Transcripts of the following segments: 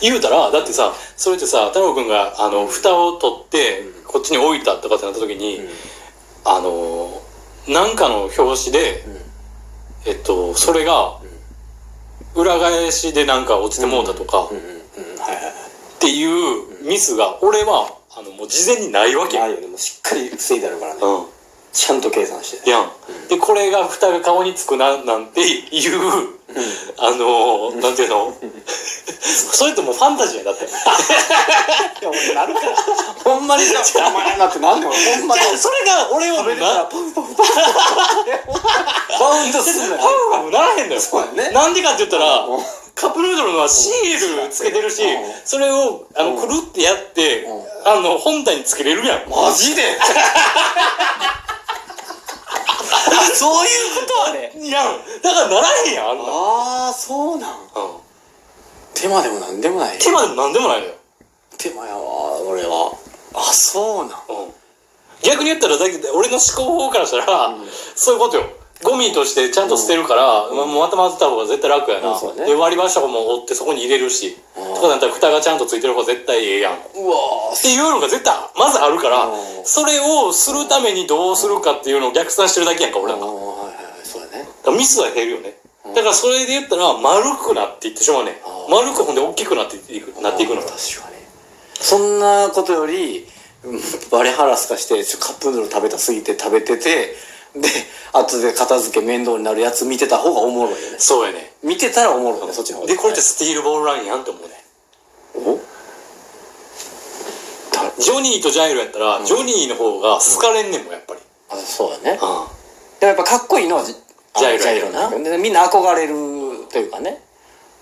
言うたらだってさそれってさ太郎くんがあの、うん蓋を取ってうんこっちに置いたとかってなった時に、あのなんかの表紙でうんうんえっとそれが裏返しでなんか落ちてもうたとか、うんうんうんはいはいはいっていうミスが俺はあのもう事前にないわけ、ああいうのもしっかり防いであるからねうんちゃんと計算してやんでこれが蓋が顔につくななんていう、あのーなんていうの それってもうファンタジーやんだっていや俺なるからほんまにじゃあお前なってなんで俺ほんまにじゃあそれが俺を食べてたらなパフパフパフバウンドするのよパンならへんのよそうやねなんでかって言ったらうんカップヌードルのはシールつけてるしうんそれをあのうんくるってやってうんあの本体につけれるやんマジでそういうことはねやんだからならへんやんあんなああそうなんうん手間でもなんでもない手間でもなんでもないのよ手間やわ俺はあそうなんうん逆に言ったらだけど俺の思考法からしたら、うんそういうことよゴミとしてちゃんと捨てるから、まあもうまとまってた方が絶対楽やな、うんそうねで割り箸とかも折ってそこに入れるし、うんとかだったら蓋がちゃんとついてる方が絶対ええやん、っうわていうのが絶対まずあるから、うんそれをするためにどうするかっていうのを逆算してるだけやんか俺あなんか,、はいはいはいそうだねミスは減るよねうんだからそれで言ったら丸くなっていってしまうねうん丸くほんで大きくなっていくなっていくのあー確かにそんなことよりうんバレハラス化してちょカップヌードル食べたすぎて食べててで後で片付け面倒になるやつ見てた方がおもろいよねそうやね見てたらおもろいねそっちの方がでこれってスティールボールラインやんって思うねおだジョニーとジャイロやったら、ジョニーの方が好かれんねんもんやっぱり、あそうだねあでもやっぱかっこいいのはジあジャイロジャイロなでみんな憧れるというかね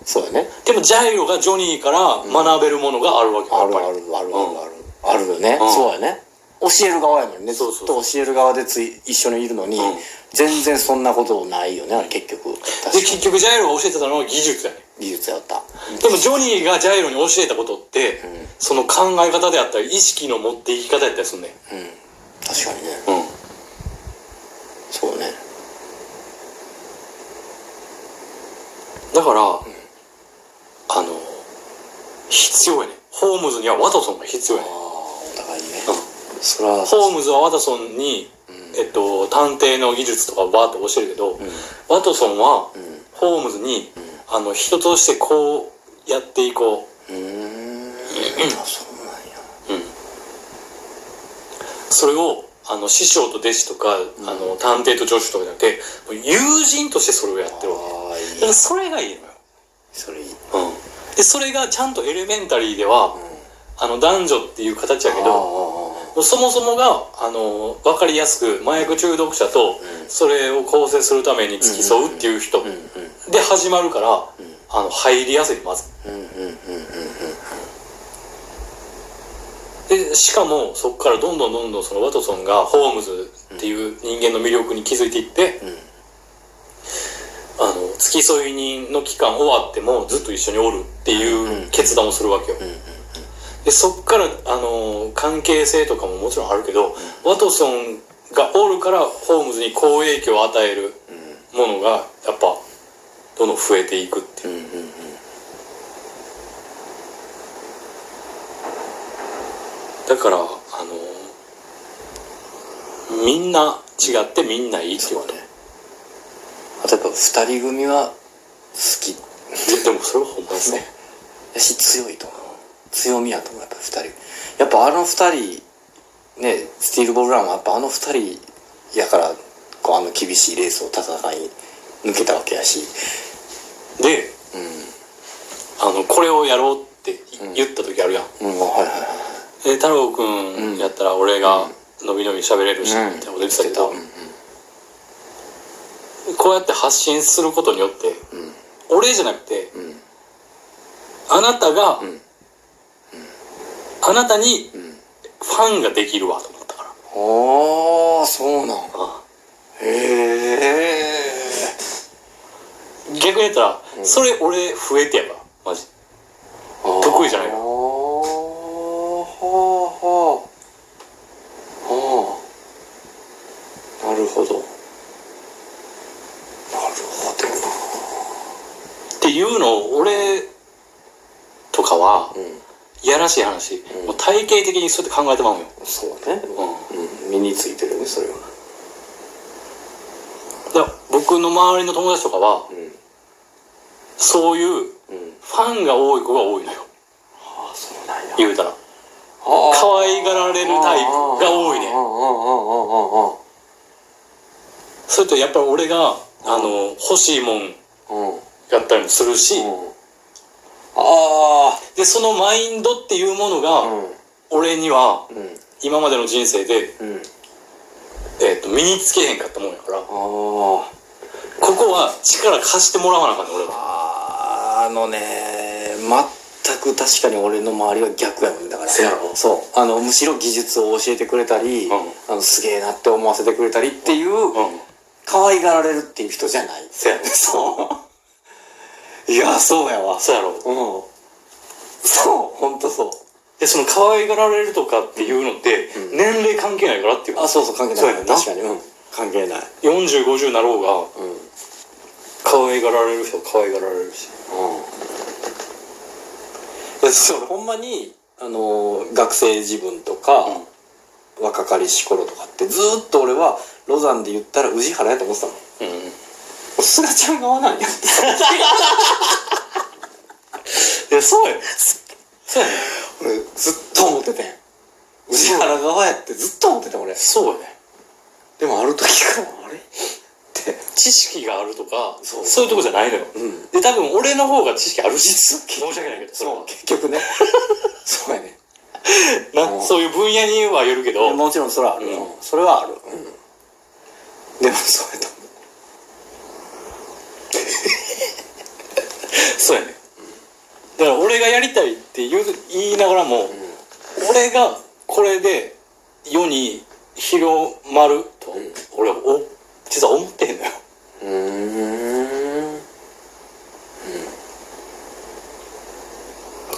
そうだねでもジャイロがジョニーから学べるものがあるわけよあやっるぱりあるあるあるある、あるよね、うんそうやね教える側やもんねずそうっそうと教える側でつい一緒にいるのに、うん全然そんなことないよねあれ結局確かでに結局ジャイロが教えてたのは技術やね技術やったでもジョニーがジャイロに教えたことって、んその考え方であったり意識の持っていき方やったりするねうん確かにねうんそうねだから、あの必要やねホームズにはワトソンが必要やあねあお互いにね、うそれはホームズはワトソンに、えっと、探偵の技術とかバーッと教えるけど、ワトソンは、んホームズに、あの人としてこうやっていこううーんあそうなんやそれをあの師匠と弟子とか、あの探偵と助手とかじゃなくてもう友人としてそれをやってるわああけだいかいらそれがいいのよ、それいいでそれがちゃんとエレメンタリーでは、あの男女っていう形やけあどあそもそもがあの分かりやすく麻薬中毒者とそれを構成するために付き添うっていう人うんうんで始まるから、あの入りやすいまずうんうんうんでしかもそこからどんどんどんどんそのワトソンがホームズっていう人間の魅力に気づいていって、んあの付き添い人の期間終わってもずっと一緒におるっていう決断をするわけよ、でそっからあの関係性とかももちろんあるけど、ワトソンがおるからホームズに好影響を与えるものがやっぱどんどん増えていくっていううんうんうんうんだからあのみんな違ってみんないいってそこうとねあとやっぱ二人組は好きででもそれはほんまですすねねやし強いと思う強みやと思うやっぱ二人やっぱあの二人ねスティール・ボールランはやっぱあの二人やからこうあの厳しいレースを戦い抜けたわけやしでうあのこれをやろうって言った時あるやん、んうんはいはいはいで太郎くんやったら俺がのびのび喋れるしみたいなこと言ってたけど、うんうんこうやって発信することによってうん俺じゃなくてうんあなたが、んうんあなたにうんファンができるわと思ったからああそうなんあへえあ逆に言ったら、それ俺増えてやからマジ得意じゃないのあーはあはああーなるほどなるほどなっていうのを俺とかは、ういやらしい話、んもう体系的にそうやって考えてまうんよ、んそうねうん、うん身についてるねそれはだから僕の周りの友達とかはうんそういううんファンが多い子が多いのよああそうなんや言うたら可可愛がられるタイプが多いねねそれとやっぱり俺があの欲しいもんうんうんうんうんうんうんやったりもするし、うんあでそのマインドっていうものが、あうん俺にはうん今までの人生で、うんえっと身につけへんかったもんやからこあこは力貸してもらわなあかんね俺あはああのね全く確かに俺の周りは逆やもんだからせやろそうあのむしろ技術を教えてくれたり、うんあのすげえなって思わせてくれたりっていう、うん可愛がられるっていう人じゃないせ やそういやそうやわそうやろうんそう本当そうでその可愛がられるとかっていうのって、うん年齢関係ないからっていうあそうそう関係そうなやいな確かにうん関係ない4050なろうがうんうん可愛がられる人は可愛がられるしいやそうほんまにあのー学生自分とか、うん若かりし頃とかってずーっと俺はロザンで言ったら宇治原やと思ってたもんうん すがちゃん側なんやっていやそうやそうやね俺ずっと思っててん宇治原側やってずっと思っててん俺そうやねでもある時からあれって知識があるとかそそうういうとこじゃないのよ、うんで多分俺の方が知識あるし申し訳ないけどそれそうは結局 ねそうやねうなんそういう分野にはよるけどもちろんそれはある、うんそれはある、でもそうやと思うそうやねだから俺がやりたいって言う言いながらも、俺がこれで世に広まると、ん俺はお実は思ってへんのようーん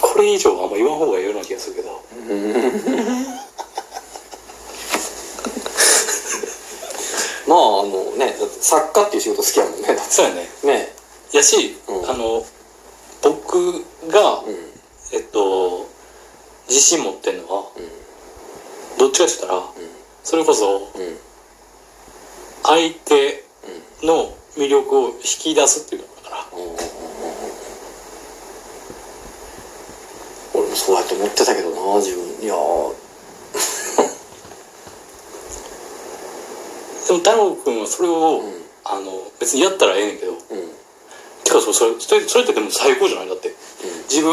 これ以上はあんま言わん方がいいような気がするけどまああのねだって作家っていう仕事好きやもんねだっそうやねてねやし、うんあの僕が、うんえっと自信持ってんのはうどっちかって言ったらそれこそんうん相手の魅力を引き出すっていうことだから俺もそうやって思ってたけどな自分いやーでも太郎くんはそれを、んあの別にやったらええねんけどうんてかそうそれそれそれってでも最高じゃないだって自分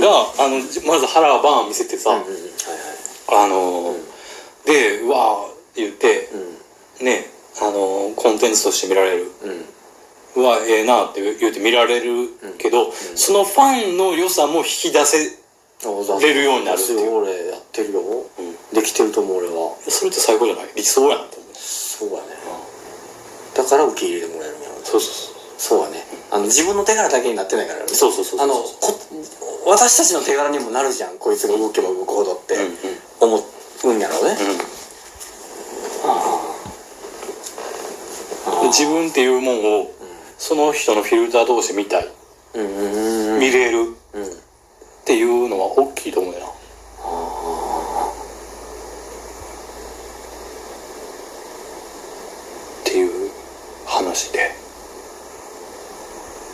が、あのじまず腹バーン見せてさ、うんうんはいあの、でうわーって言ってはい、ねあのコンテンツとして見られるうんうんうわええなって言う言うて見られるけど、そのファンの良さも引き出せ出るようになるっていう俺やってるよ、んできてると思う俺はそれって最高じゃない理想やんって思うそうやねだから受け入れてもらえるんやろうねそうそうそうやねあの自分の手柄だけになってないからねそうそうそうそうあのこ私たちの手柄にもなるじゃんこいつが動けば動くほどって思うんやろうね、そう、あで自分っていうもんをその人のフィルター通して見たい、うんうんうん見れるうんっていうのは大きいと思うよなっていう話で